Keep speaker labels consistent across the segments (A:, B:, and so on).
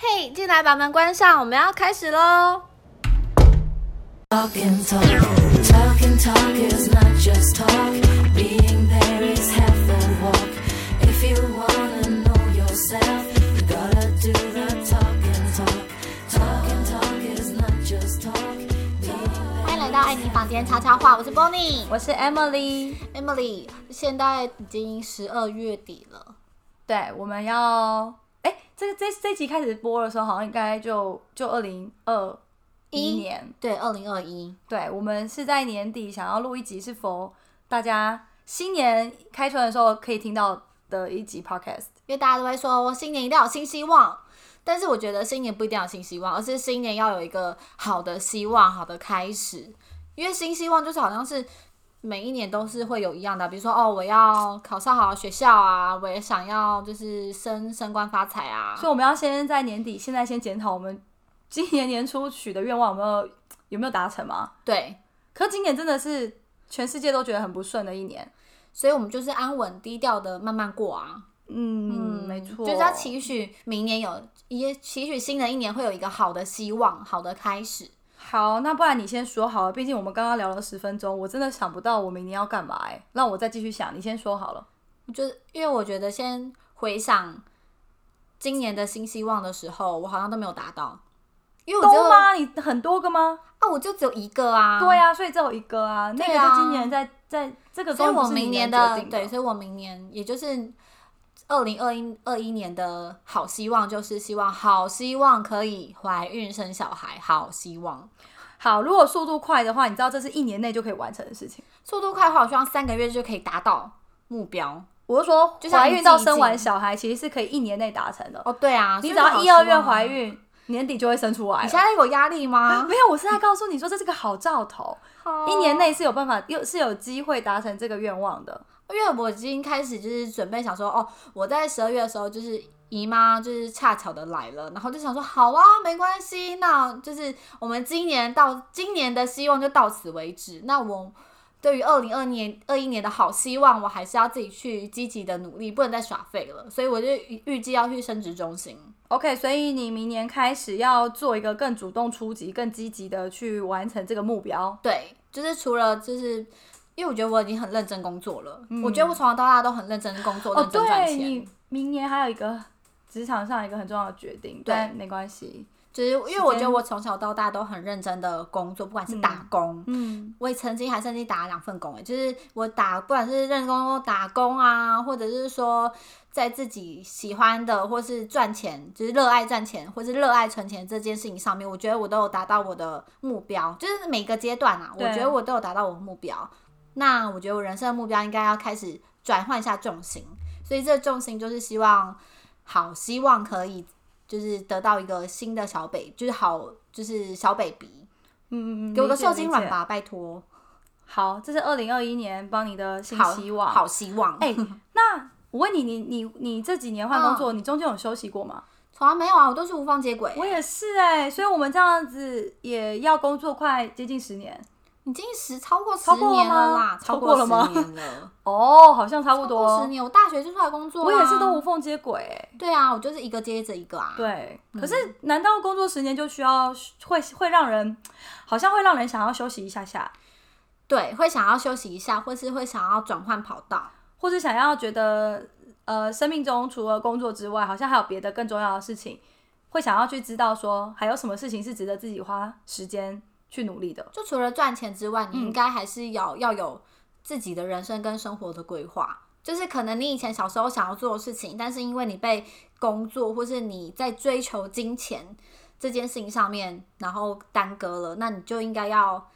A: 哎进来，把门关上，我们要开始喽。
B: Talking, talk, talking, talk is not just talk. Being there is half the walk. If you wanna know yourself, you gotta do the talking, talk. Talking, talk is not just talk. Being
C: 欢迎来到艾米房间插插话，我是 Bonnie
A: 我是 Emily，
C: Emily。现在已经十二月底了，
A: 对，我们要，哎，这个这这集开始播的时候，好像应该就就二零二一年，
C: 对，二零二一，
A: 对，我们是在年底想要录一集，是否大家新年开春的时候可以听到的一集 podcast？
C: 因为大家都会说新年一定要有新希望，但是我觉得新年不一定要有新希望，而是新年要有一个好的希望、好的开始。因为新希望就是好像是每一年都是会有一样的，比如说哦，我要考上好的学校啊，我也想要就是升升官发财啊，
A: 所以我们要先在年底，现在先检讨我们今年年初许的愿望有没有有没有达成嘛？
C: 对，
A: 可是今年真的是全世界都觉得很不顺的一年，
C: 所以我们就是安稳低调的慢慢过啊。
A: 嗯，没错，
C: 就是要期许明年有，也期许新的一年会有一个好的希望，好的开始。
A: 好，那不然你先说好了，毕竟我们刚刚聊了十分钟，我真的想不到我明年要干嘛哎、让我再继续想，你先说好了。
C: 我觉得，因为我觉得先回想今年的新希望的时候，我好像都没有达到，因为我就
A: 都吗？你很多个吗？
C: 啊，我就只有一个啊。
A: 对、啊，所以只有一个啊。那
C: 对
A: 个
C: 啊
A: 在今年在在这个
C: 所以
A: 东西
C: 我
A: 不是
C: 明
A: 你
C: 年
A: 能
C: 的
A: 决定
C: 对，所以我明年也就是二零二一二一年的好希望就是希望好希望可以怀孕生小孩，好希望
A: 好，如果速度快的话，你知道这是一年内就可以完成的事情。
C: 速度快的话，我希望三个月就可以达到目标。
A: 我是说，
C: 就像
A: 怀
C: 你
A: 孕到
C: 自己
A: 生完
C: 进
A: 小孩其实是可以一年内达成的。
C: 哦，对啊，
A: 你
C: 所以
A: 只要
C: 我
A: 一二
C: 希
A: 月
C: 望啊
A: 怀，孕，年底就会生出来
C: 你
A: 了
C: 现。在有压力 吗？
A: 没有，我是在告诉你说，这是个好兆头，
C: 哦啊
A: 一年内是有办法，又是有机会达成这个愿望的。
C: 因为我已经开始就是准备想说，哦，我在十二月的时候就是姨妈就是恰巧的来了，然后就想说，好啊，没关系，那就是我们今年到今年的希望就到此为止。那我对于二零二年二一年的好希望，我还是要自己去积极的努力，不能再耍废了。所以我就预预计要去升职中心。
A: OK，所以你明年开始要做一个更主动出击、更积极的去完成这个目标。
C: 对，就是除了就是。因为我觉得我已经很认真工作了，我觉得我从小到大都很认真工作，
A: 嗯哦，
C: 认真赚
A: 对
C: 钱。
A: 你明年还有一个职场上一个很重要的决定，
C: 对
A: 但没关系。
C: 就是因为我
A: 时
C: 觉得
A: 间
C: 我从小到大都很认真的工作，不管是打工，
A: 嗯，
C: 我也曾经还甚至打了两份工、欸，就是我打不管是认真工作打工啊，或者是说在自己喜欢的或是赚钱，就是热爱赚钱或是热爱存钱这件事情上面，我觉得我都有达到我的目标，就是每个阶段啊，我
A: 对
C: 觉得我都有达到我的目标。那我觉得我人生的目标应该要开始转换一下重心，所以这个重心就是希望好，希望可以就是得到一个新的小北，就是好，就是小 baby，
A: 嗯嗯嗯，
C: 给我个
A: 理解
C: 受精卵。
A: 理解
C: 吧，拜托。
A: 好，这是二零二一年帮你的新
C: 好
A: 希望。
C: 好，希望。
A: 哎、那我问你，你你你这几年换工
C: 嗯
A: 作，你中间有休息过吗？
C: 从来没有啊，我都是无缝接轨。
A: 我也是哎、所以我们这样子也要工作快接近十年。
C: 已经十超过十
A: 超过了
C: 年了
A: 吗
C: 啦，
A: 超
C: 超
A: 过了吗
C: 十年了，
A: 哦，好像差不
C: 超
A: 多。
C: 过十年。我大学就出来工作、啊，
A: 我也是都无。缝接轨、欸。
C: 对啊，我就是一个接着一个啊。，
A: 对，可是难道工作十年就需要会会让人好像会让人想要休息一下下，
C: 对，会想要休息一下，或是会想要转换跑道。
A: 或者想要觉得呃生命中除了工作之外，好像还有别的更重要的事情，会想要去知道说还有什么事情是值得自己花时间去努力的。
C: 就除了赚钱之外，
A: 嗯
C: 你应该还是要、要有自己的人生跟生活的规划。就是可能你以前小时候想要做的事情，但是因为你被工作或是你在追求金钱这件事情上面，然后耽搁了，那你就应该要。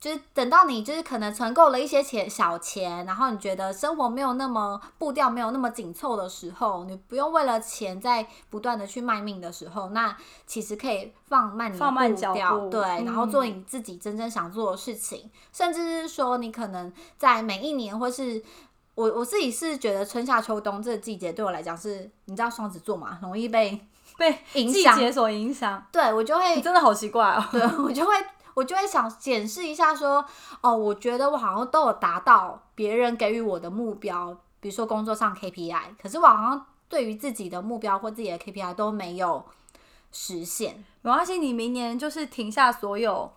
C: 就是等到你就是可能存够了一些钱小钱，然后你觉得生活没有那么步调没有那么紧凑的时候，你不用为了钱在不断的去卖命的时候，那其实可以放慢你的
A: 放慢
C: 步
A: 脚
C: 调
A: 步
C: 对，然后
A: 嗯
C: 做你自己真正想做的事情，甚至是说你可能在每一年或是。我我自己是觉得春夏秋冬这个季节对我来讲是，你知道双子座嘛，容易被
A: 被
C: 影
A: 季
C: 响
A: 节所 影响，
C: 对我就会
A: 你真的好奇怪哦。
C: 对我就会我就会想检视一下说，哦，我觉得我好像都有达到别人给予我的目标，比如说工作上 KPI，可是我好像对于自己的目标或自己的 KPI 都没有实现。
A: 没关系，你明年就是停下所有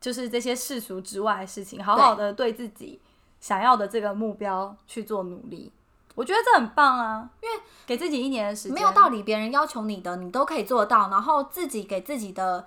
A: 就是这些世俗之外的事情，好好的对自己想要的这个目标去做努力。我觉得这很棒啊，因为给自己一年的时间，
C: 没有道理，别人要求你的，你都可以做到，然后自己给自己的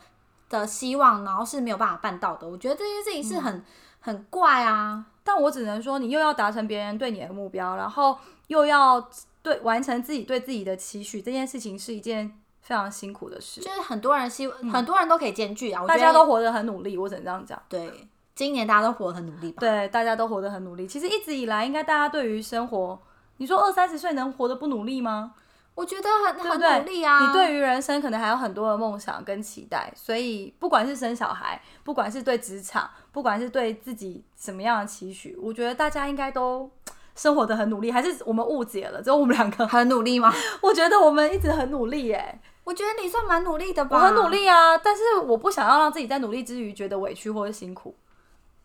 C: 的希望，然后是没有办法办到的。我觉得这件事情
A: 嗯
C: 是很、很怪啊，
A: 但我只能说，你又要达成别人对你的目标，然后又要对完成自己对自己的期许，这件事情是一件非常辛苦的事
C: 就。是很多人希、很多人都可以兼具啊。我
A: 嗯
C: 觉
A: 大
C: 得
A: 家都活得很努力，我只能这样讲。
C: 对，今年大家都活得很努力吧？
A: 对，大家都活得很努力。其实一直以来，应该大家对于生活，你说二三十岁能活得不努力吗？
C: 我觉得很
A: 对不
C: 很
A: 对？
C: 努力啊。
A: 你对于人生可能还有很多的梦想跟期待，所以不管是生小孩，不管是对职场，不管是对自己什么样的期许，我觉得大家应该都生活得很努力。还是我们误解了，只有我们两个
C: 很努力吗？
A: 我觉得我们一直很努力耶，
C: 我觉得你算蛮努力的
A: 我
C: 吧。
A: 很努，力啊，但是我不想要让自己在努力之余觉得委屈或者辛苦，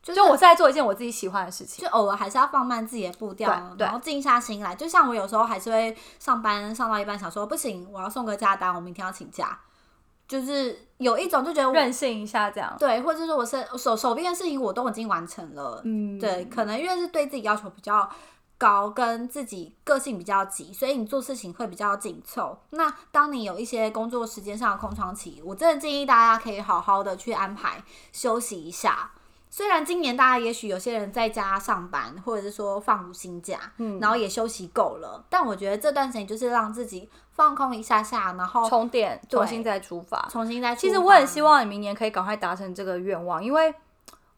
C: 就是、
A: 就我是在做一件我自己喜欢的事情。
C: 就偶尔还是要放慢自己的步调啊，
A: 对对
C: 然后静下心来。就像我有时候还是会上班上到一半，想说不行，我要送个假单，我明天要请假。就是有一种就觉得我
A: 任性一下这样，
C: 对，或者是我是手手边的事情我都已经完成了，
A: 嗯，
C: 对，可能因为是对自己要求比较高，跟自己个性比较急，所以你做事情会比较紧凑。那当你有一些工作时间上的空窗期，我真的建议大家可以好好的去安排休息一下。虽然今年大家也许有些人在家上班，或者是说放无薪假，嗯，然后也休息够了，但我觉得这段时间就是让自己放空一下下，然后
A: 充电，
C: 对
A: 重新再出发。
C: 重新再出发。
A: 其实我很希望你明年可以赶快达成这个愿望，因为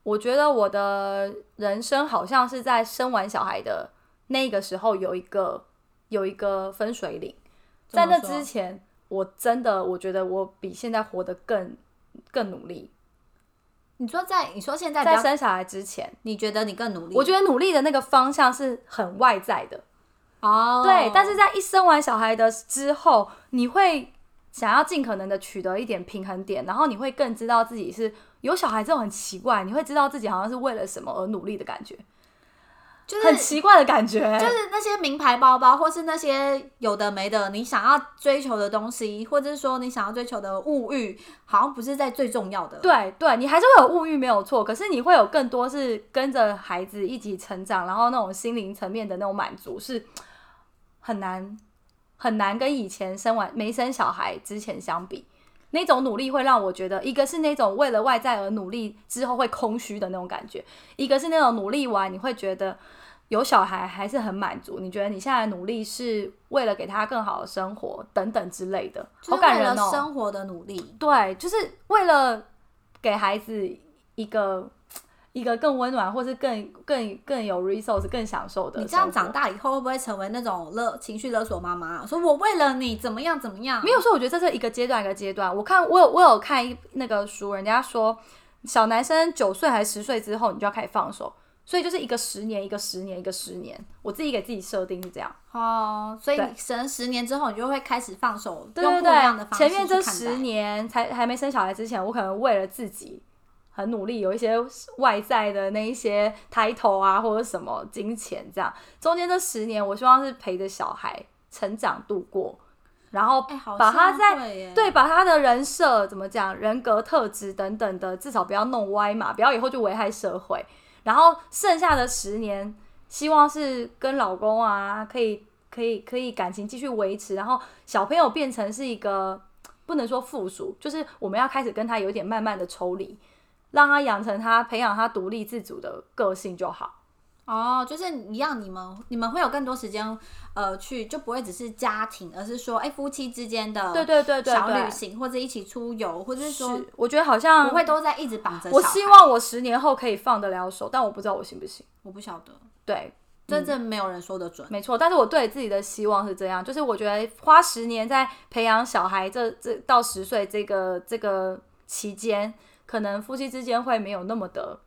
A: 我觉得我的人生好像是在生完小孩的那个时候有一个有一个分水岭，
C: 怎
A: 在
C: 么
A: 那
C: 说
A: 之前，我真的我觉得我比现在活得更更努力，
C: 你说在你说现在比
A: 在
C: 较，
A: 生小孩之前。
C: 你觉得你更努力？
A: 我觉得努力的那个方向是很外在的，
C: 得哦，
A: 对。但是在一生完小孩的之后，你会想要尽可能的取得一点平衡点，然后你会更知道自己是有小孩这种很奇怪，你会知道自己好像是为了什么而努力的感觉，
C: 就是
A: 很奇怪的感觉。
C: 就是那些名牌包包，或是那些有的没的，你想要追求的东西，或者是说你想要追求的物欲，好像不是在最重要的。，
A: 对对，你还是会有物欲没有错，可是你会有更多是跟着孩子一起成长，然后那种心灵层面的那种满足是很难很难跟以前生完没生小孩之前相比。那种努力会让我觉得，一个是那种为了外在而努力之后会空虚的那种感觉，一个是那种努力完你会觉得有小孩还是很满足，你觉得你现在努力是为了给他更好的生活等等之类的，
C: 就
A: 好
C: 是
A: 感
C: 为
A: 人
C: 了
A: 哦。
C: 生活的努力。
A: 对，就是为了给孩子一个一个更温暖，或是更更更有 resource、更享受的。
C: 你这样长，大以后，会不会成为那种勒情绪勒索妈妈？说我为了你怎么样怎么样？
A: 没有说我觉得这是一个阶段一个阶段。我看我有我有看一那个书，人家说小男生九岁还是十岁之后，你就要开始放手。所以就是一个十年，一个十年，一个十年。我自己给自己设定是这样。
C: 哦，所以
A: 对
C: 你可能十年之后，你就会开始放手，
A: 对
C: 用
A: 对
C: 不一样的
A: 对，
C: 方式
A: 前
C: 去
A: 面
C: 看
A: 这
C: 待。
A: 十年才还没生小孩之前，我可能为了自己很努力，有一些外在的那一些 title 啊，或者什么金钱这样。中间这十年，我希望是陪着小孩成长度过，然后
C: 哎、好
A: 把
C: 像
A: 他在、
C: 会耶
A: 对把他的人设怎么讲、人格特质等等的，至少不要弄歪嘛，不要以后就危害社会。然后剩下的十年，希望是跟老公啊，可以可以可以感情继续维持，然后小朋友变成是一个不能说附属，就是我们要开始跟他有一点慢慢的抽离，让他养成他培养他独立自主的个性就好。
C: 哦，就是一样，你们你们会有更多时间，呃，去就不会只是家庭，而是说，哎、夫妻之间的
A: 对对对对
C: 小
A: 对
C: 旅行，或者一起出游，或者是说
A: 是，我觉得好像
C: 不会都在一直绑着小
A: 我
C: 孩。
A: 希望我十年后可以放得了手，但我不知道我行不行。
C: 我不晓得，
A: 对，
C: 真正没有人说得准。
A: 没错，但是我对自己的希望是这样，就是我觉得花十年在培养小孩这这到十岁这个这个期间，可能夫妻之间会没有那么的，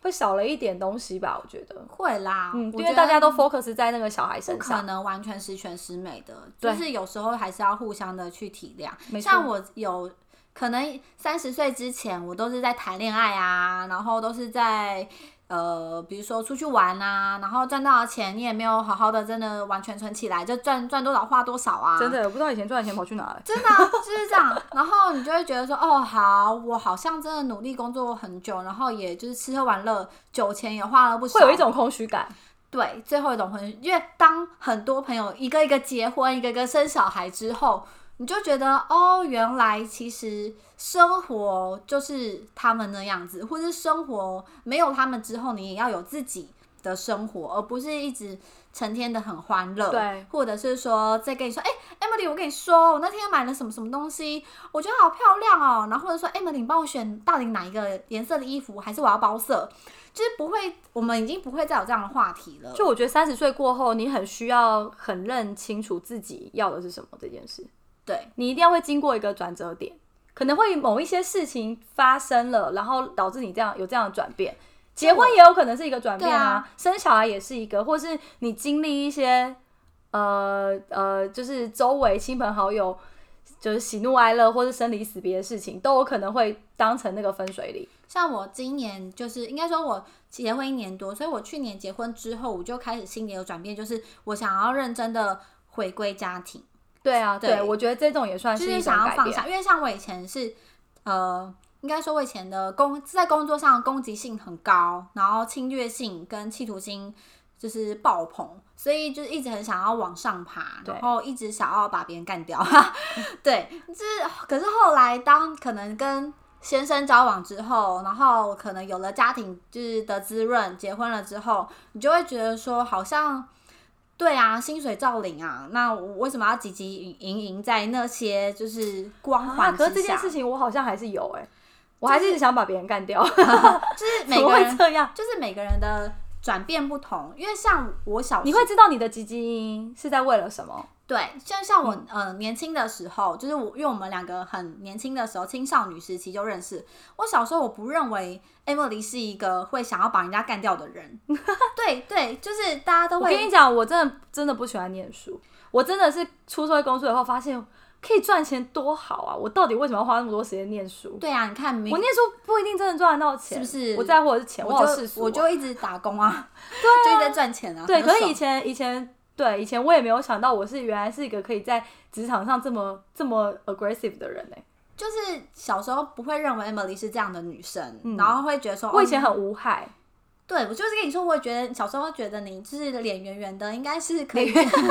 A: 会少了一点东西吧，我觉得。
C: 会啦，
A: 嗯，因
C: 我觉
A: 为
C: 得
A: 大家都 focus 在那个小孩身
C: 不可
A: 上，
C: 能完全十全十美的，就
A: 对
C: 是有时候还是要互相的去体谅
A: 没。错
C: 像我有可能三十岁之前，我都是在谈恋爱啊，然后都是在呃，比如说出去玩啊，然后赚到的钱你也没有好好的真的完全存起来，就赚赚多少花多少啊，
A: 真的我不知道以前赚的钱跑去哪了。
C: 真的啊、就是这样。然后你就会觉得说，哦，好，我好像真的努力工作很久，然后也就是吃喝玩乐，酒钱也花了不少，
A: 会有一种空虚感，
C: 对最后一种婚，因为当很多朋友一个一个结婚，一个一个生小孩之后，你就觉得哦，原来其实生活就是他们那样子，或是生活没有他们之后，你也要有自己的生活，而不是一直成天的很欢乐，
A: 对，
C: 或者是说再跟你说，哎、e m i l y 我跟你说，我那天买了什么什么东西，我觉得好漂亮哦，然后或者说，Emily，你帮我选到底哪一个颜色的衣服，还是我要包色，就是不会，我们已经不会再有这样的话题了，
A: 就我觉得三十岁过后，你很需要很认清楚自己要的是什么这件事，
C: 对。
A: 你一定要会经过一个转折点，可能会某一些事情发生了，然后导致你这样有这样的转变。结婚也有可能是一个转变
C: 对
A: 啊
C: 啊，
A: 生小孩也是一个，或是你经历一些呃呃，就是周围亲朋好友就是喜怒哀乐，或是生离死别的事情，都有可能会当成那个分水岭。
C: 像我今年就是应该说我结婚一年多，所以我去年结婚之后，我就开始心里有转变，就是我想要认真的回归家庭，
A: 对啊，对
C: 对
A: 我觉得这种也算
C: 就是
A: 一
C: 是
A: 种
C: 想要
A: 改
C: 放
A: 变。
C: 下，因为像我以前是呃。应该说，我以前的工在工作上的攻击性很高，然后侵略性跟企图心就是爆棚，所以就一直很想要往上爬，
A: 对
C: 然后一直想要把别人干掉。 对，就是可是后来当可能跟先生交往之后，然后可能有了家庭就是的滋润，结婚了之后，你就会觉得说好像。对啊，薪水照领啊，那我为什么要汲汲营营在那些就是光
A: 啊，
C: 环之下？
A: 可是这件事情我好像还是有哎、我还是一直想把别人干掉，
C: 就是
A: 怎
C: 啊每
A: 么
C: 个
A: 会
C: 人，
A: 这样？
C: 就是每个人的转变不同。因为像我小时，
A: 你会知道你的基金是在为了什么？
C: 对，就像
A: 嗯
C: 我呃年轻的时候，就是我因为我们两个很年轻的时候，青少女时期就认识。我小时候我不认为 Emily 是一个会想要把人家干掉的 人。对对，就是大家都
A: 我跟你
C: 会。
A: 讲，我真的真的不喜欢念书，我真的是出社会工作以后发现可以赚钱多好啊！我到底为什么要花那么多时间念书？
C: 对啊，你看明
A: 我。念书不一定真的赚得到钱，
C: 是不是
A: 我在乎的是钱，
C: 我
A: 好世
C: 就
A: 俗啊
C: 我就一直打 工啊，对就一直在赚钱啊。
A: 对。
C: 很
A: 可是
C: 爽
A: 以前以前对以前我也没有想到，我是原来是一个可以在职场上这么这么 aggressive 的人呢、欸
C: 就是小时候不会认为 Emily 是这样的女生，
A: 嗯
C: 然后会觉得说，
A: 我以
C: 哦
A: 前
C: 你
A: 很无害，
C: 对我就是跟你说，我也觉得小时候觉得你就是脸圆圆的，应该是可以，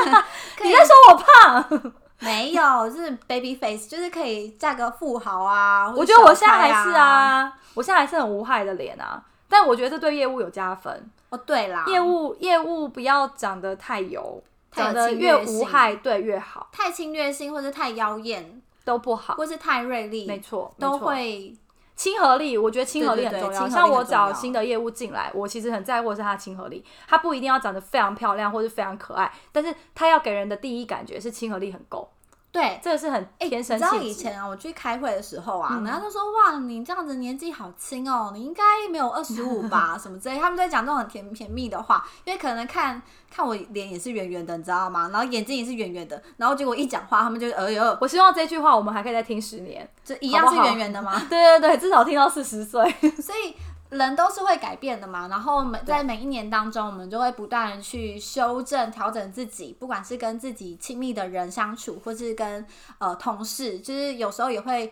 C: 可以
A: 你在说我胖？
C: 没有，就是 baby face，就是可以嫁个富豪啊。
A: 我
C: 或者
A: 觉得我现在
C: 小
A: 还
C: 开
A: 是，啊，我现在还是很无害的脸啊。但我觉得这对业务有加分，
C: 哦对啦，
A: 业务业务不要长得太油，
C: 太有
A: 长得
C: 侵
A: 越
C: 略
A: 无
C: 性
A: 害对越好，
C: 太侵略性，或者太妖艳，
A: 都不好。
C: 或是太锐利，
A: 没错，没
C: 都
A: 错
C: 会
A: 亲和力，我觉得亲和力很
C: 对对对
A: 重要。
C: 亲和力
A: 像我
C: 很重
A: 找
C: 要
A: 新的业务进来，我其实很在乎的是他的亲和力，他不一定要长得非常漂亮或是非常可爱，但是他要给人的第一感觉是亲和力很够，
C: 对。
A: 这个是很
C: 哎、
A: 天
C: 你
A: 生
C: 知道
A: 气
C: 以
A: 质。
C: 前啊，我去开会的时候啊，
A: 嗯
C: 然后都说哇，你这样子年纪好轻哦，你应该没有二十五 吧，什么之类，他们都在讲这种很甜甜蜜的话，因为可能看看我脸也是圆圆的，你知道吗？然后眼睛也是圆圆的，然后结果一讲话，他们就哎呦，
A: 我希望这句话我们还可以再听十年，
C: 就一
A: 好
C: 样
A: 不
C: 是
A: 好
C: 圆圆的吗？
A: 对对对，至少听到四十岁。
C: 所以人都是会改变的嘛。然后每在每一年当中，我们就会不断的去修正、调整自己，不管是跟自己亲密的人相处，或是跟呃同事，就是有时候也会。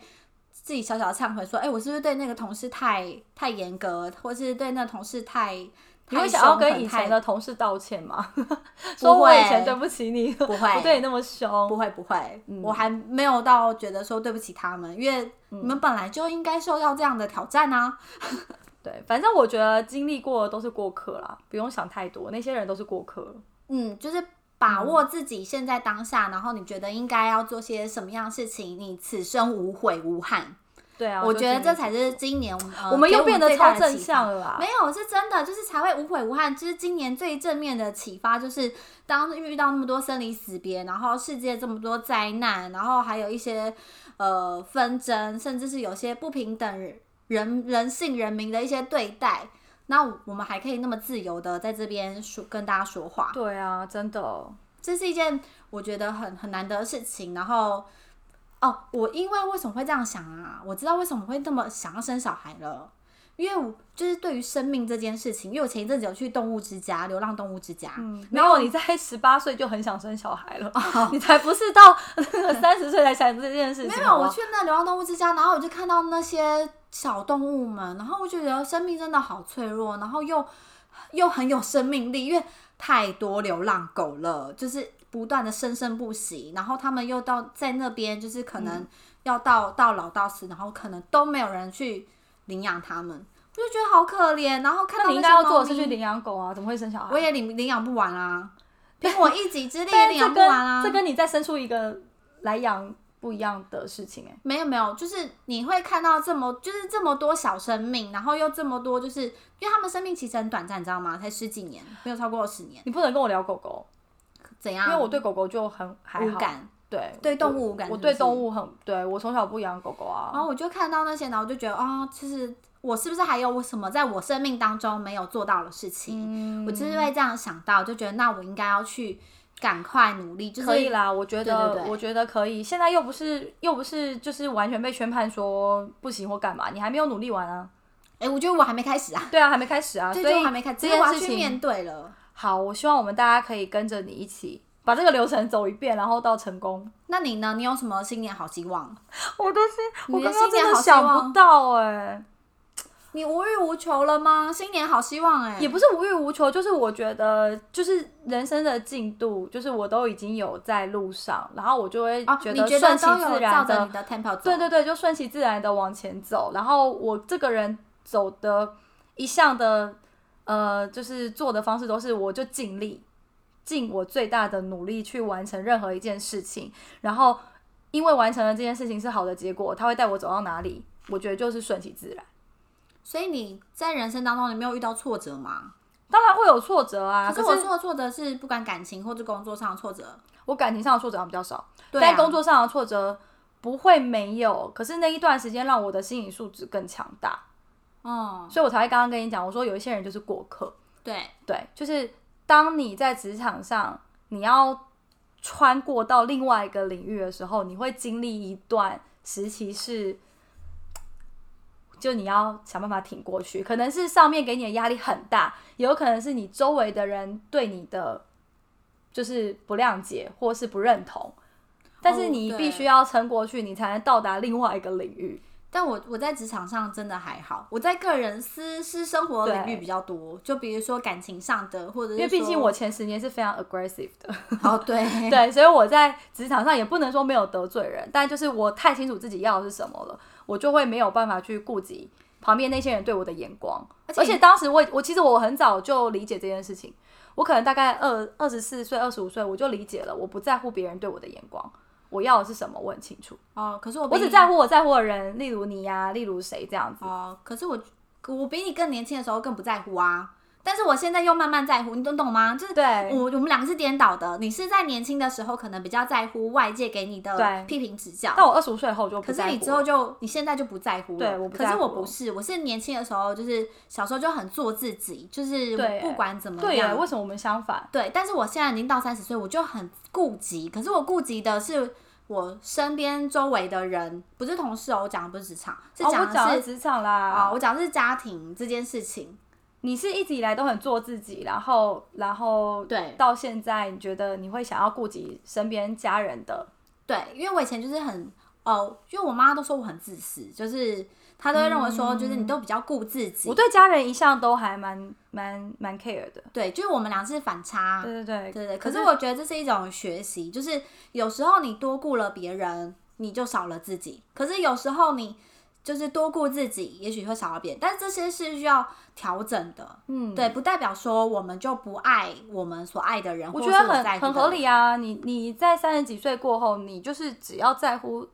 C: 自己小小的忏悔说：“哎、我是不是对那个同事太太严格，或是对那个同事太……
A: 你
C: 太
A: 会想要
C: 凶狠
A: 跟以前
C: 太
A: 的同事道歉吗？ 说我以前对不起你，
C: 不会
A: 我对你那么凶。
C: 不会不会，
A: 嗯
C: 我还没有到觉得说对不起他们，因为你们本来就应该受到这样的挑战啊。
A: 对，反正我觉得经历过的都是过客啦，不用想太多，那些人都是过客。
C: 嗯，就是把握自己现在当下，然后你觉得应该要做些什么样的事情，你此生无悔无憾。
A: 对啊，
C: 我
A: 就
C: 觉得
A: 尽力
C: 这才是今年、呃、
A: 我们
C: 给
A: 又
C: 我
A: 变得
C: 最
A: 超
C: 大的
A: 正
C: 启发
A: 向。了啦
C: 没。有，是真的，就是才会无悔无憾。就是今年最正面的启发，就是当遇到那么多生离死别，然后世界这么多灾难，然后还有一些呃纷争，甚至是有些不平等人人性人民的一些对待，那我们还可以那么自由的在这边说跟大家说话。
A: 对啊，真的，
C: 这是一件我觉得很很难得的事情。然后，哦，我因为为什么会这样想啊？我知道为什么会这么想要生小孩了，因为我就是对于生命这件事情，因为我前一阵子有去动物之家，流浪动物之家，
A: 嗯，没
C: 然后
A: 有，你在十八岁就很想生小孩了，你才不是到那个 三十岁才想这件事情。
C: 哦没
A: 好
C: 有，
A: 不好
C: 我去那流浪动物之家，然后我就看到那些小动物们，然后我就觉得生命真的好脆弱，然后又又很有生命力，因为太多流浪狗了，就是不断的生生不息，然后他们又到在那边，就是可
A: 嗯
C: 能要到、到老到死，然后可能都没有人去领养他们，我就觉得好可怜。然后看到
A: 那你应该
C: 些
A: 要
C: 猫
A: 做的是
C: 咪
A: 去领养狗啊，怎么会生小孩？
C: 我也领领养不完啊，凭我一己之力也
A: 但
C: 领
A: 是这
C: 养不
A: 跟
C: 完啊。
A: 这跟你再生出一个来养不一样的事情哎、
C: 没有没有，就是你会看到这么就是这么多小生命，然后又这么多，就是因为他们生命其实很短暂，你知道吗？才十几年，没有超过十年，
A: 你不能跟我聊狗狗，
C: 怎样？
A: 因为我对狗狗就很还
C: 无
A: 好，
C: 感。
A: 对
C: 对动物
A: 我
C: 无感
A: 我
C: 是不
A: 对
C: 是
A: 动物很对我从小不养狗狗啊，
C: 然后我就看到那些，然后我就觉得，哦，就是我是不是还有我什么在我生命当中没有做到的事情？
A: 嗯
C: 我就是会这样想到，就觉得那我应该要去赶快努力，就是
A: 可以啦，我觉得
C: 对对对
A: 我觉得可以，现在又不是又不是就是完全被宣判说不行或干嘛，你还没有努力完啊，
C: 哎、我觉得我还没开始啊，
A: 对啊，还没开始啊，
C: 对，
A: 所
C: 就
A: 以
C: 还没开始，
A: 这
C: 因为我
A: 件
C: 要
A: 事
C: 去
A: 情
C: 面对了。
A: 好，我希望我们大家可以跟着你一起把这个流程走一遍，然后到成功。
C: 那你呢？你有什么新年好希望？
A: 我都是
C: 你
A: 我
C: 的
A: 刚
C: 新
A: 刚
C: 年
A: 真的
C: 好希
A: 想
C: 望哦
A: 不到哎、
C: 你无欲无求了吗？新年好希望哎、
A: 也不是无欲无求，就是我觉得就是人生的进度，就是我都已经有在路上，然后我就会
C: 哦，
A: 觉
C: 你觉
A: 顺
C: 得
A: 其
C: 都有
A: 自
C: 照
A: 然
C: 着
A: 的
C: 你的 tempo 走，
A: 对对对，就顺其自然的往前走。然后我这个人走的一向的呃，就是做的方式都是，我就尽力，尽我最大的努力去完成任何一件事情。然后因为完成了这件事情是好的结果，它会带我走到哪里，我觉得就是顺其自然。
C: 所以你在人生当中，你没有遇到挫折吗？
A: 当然会有挫折啊，
C: 可
A: 可
C: 是我
A: 是
C: 说的挫折是不管感情或者工作上的挫折，
A: 我感情上的挫折好像比较少，
C: 对啊
A: 但工作上的挫折不会没有。可是那一段时间让我的心理素质更强大，
C: 哦、
A: 所以我才会刚刚跟你讲，我说有一些人就是过客。
C: 对，
A: 对，就是当你在职场上，你要穿过到另外一个领域的时候，你会经历一段时期是，就你要想办法挺过去。可能是上面给你的压力很大，也有可能是你周围的人对你的就是不谅解或是不认同。但是
C: 哦
A: 你
C: 对
A: 必须要撑过去，你才能到达另外一个领域。
C: 但我我在职场上真的还好，我在个人私私生活领域
A: 对
C: 比较多，就比如说感情上的，或者是
A: 因为毕竟
C: 说
A: 我前十年是非常 aggressive 的，
C: 哦对
A: 对，所以我在职场上也不能说没有得罪人，但就是我太清楚自己要的是什么了，我就会没有办法去顾及旁边那些人对我的眼光。
C: 而
A: 而
C: 且
A: 且当时我我其实我很早就理解这件事情，我可能大概二二十四岁、二十五岁我就理解了，我不在乎别人对我的眼光。我要的是什么，我很清楚。
C: 哦，可是我
A: 我
C: 比
A: 只
C: 你
A: 在乎我在乎的人，例如你呀、例如谁这样子。
C: 哦，可是我我比你更年轻的时候更不在乎啊，但是我现在又慢慢在乎，你懂懂吗？就是
A: 对
C: 我我们两个是颠倒的，你是在年轻的时候可能比较在乎外界给你的
A: 对
C: 批评指教，
A: 但我二十五岁后就不
C: 可是
A: 在乎
C: 你之后就你现在就不在乎了，
A: 对我不
C: 可
A: 在
C: 是
A: 乎
C: 我
A: 了
C: 不是，我是年轻的时候就是小时候就很做自己，就是
A: 对
C: 不管怎么
A: 对耶，
C: 样，
A: 为什么我们相反？
C: 对，但是我现在已经到三十岁，我就很顾及。可是我顾及的是我身边周围的人，不是同事哦，我讲的不是职场，是
A: 哦我
C: 讲
A: 讲
C: 的
A: 的
C: 是
A: 职场啦。
C: 啊、我讲的是家庭这件事情。
A: 你是一直以来都很做自己，然后然后
C: 对
A: 到现在你觉得你会想要顾及身边家人的，
C: 对，因为我以前就是很哦，因为我妈都说我很自私，就是她都会认为说，就是你都比较顾自己。
A: 嗯我对家人一向都还蛮蛮蛮 care 的。
C: 对，就是我们俩是反差。
A: 对对对
C: 啊对对，可是我觉得这是一种学习，就是有时候你多顾了别人，你就少了自己；可是有时候你就是多顾自己，也许会少了别人，但这些是需要调整的。
A: 嗯，
C: 对，，不代表说我们就不爱我们所爱的人，
A: 我
C: 或
A: 觉
C: 是
A: 得
C: 在
A: 很
C: 乎
A: 很
C: 的
A: 合
C: 人。
A: 理啊。你你在三十几岁过后，你就是只要在乎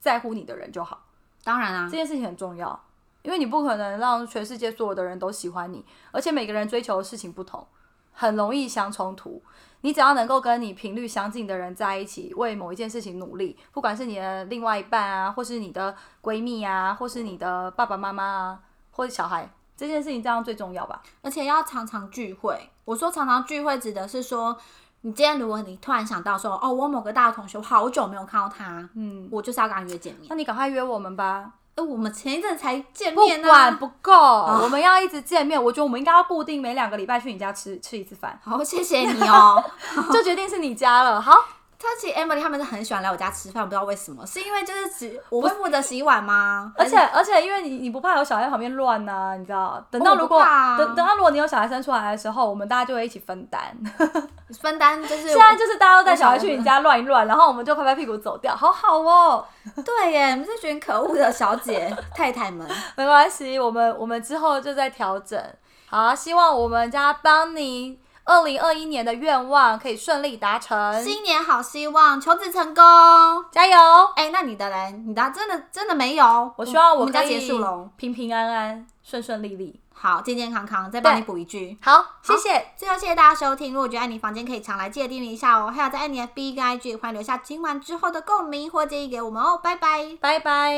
A: 在乎你的人就好，
C: 当然啊
A: 这，件事情很重要，因为你不可能让全世界所有的人都喜欢你，而且每个人追求的事情不同，很容易相冲突。你只要能够跟你频率相近的人在一起，为某一件事情努力，不管是你的另外一半啊，或是你的闺蜜啊，或是你的爸爸妈妈啊，或者小孩，这件事情这样最重要吧？
C: 而且要常常聚会。我说常常聚会指的是说，你今天如果你突然想到说，哦，我某个大学同学我好久没有看到他，
A: 嗯，
C: 我就是要跟他约见面。
A: 那你赶快约我们吧。
C: 哎，我们前一阵才见
A: 不
C: 面呢、，
A: 管不够，我们要一直见面。我觉得我们应该要固定每两个礼拜去你家吃吃一次饭
C: 好，谢谢你哦。
A: 就决定是你家了。好，
C: 他其实 Emily 他们是很喜欢来我家吃饭，不知道为什么，是因为就是只我会负责洗碗吗？
A: 而且而且因为你你不怕有小孩在旁边乱呐、你知道？等到
C: 我不
A: 如果、
C: 怕啊
A: 等等到如果你有小孩生出来的时候，我们大家就会一起分担。
C: 分担 就是
A: 现在就是大家都带小孩去你家乱一乱，然后我们就拍拍屁股走掉，好好哦，
C: 对耶，你们这群可恶的小姐太太们，
A: 没关系，我们我们之后就再调整。好，希望我们家邦尼二零二一年的愿望可以顺利达成，
C: 新年好希望，求子成功。
A: 加油！
C: 哎、那你的嘞？你的真的真的没有？
A: 我希望
C: 我
A: 我
C: 们家
A: 可
C: 结
A: 以
C: 束哦喽。
A: 平平安安、顺顺利利。
C: 好，健健康康，再帮
A: 对
C: 你补一句。
A: 好，谢谢，
C: 最后谢谢大家收听，如果觉得爱你房间可以常来，记得订阅一下哦。还有在爱你的 B 跟 IG，欢迎留下今晚之后的共鸣或建议给我们哦，拜拜。
A: 拜拜。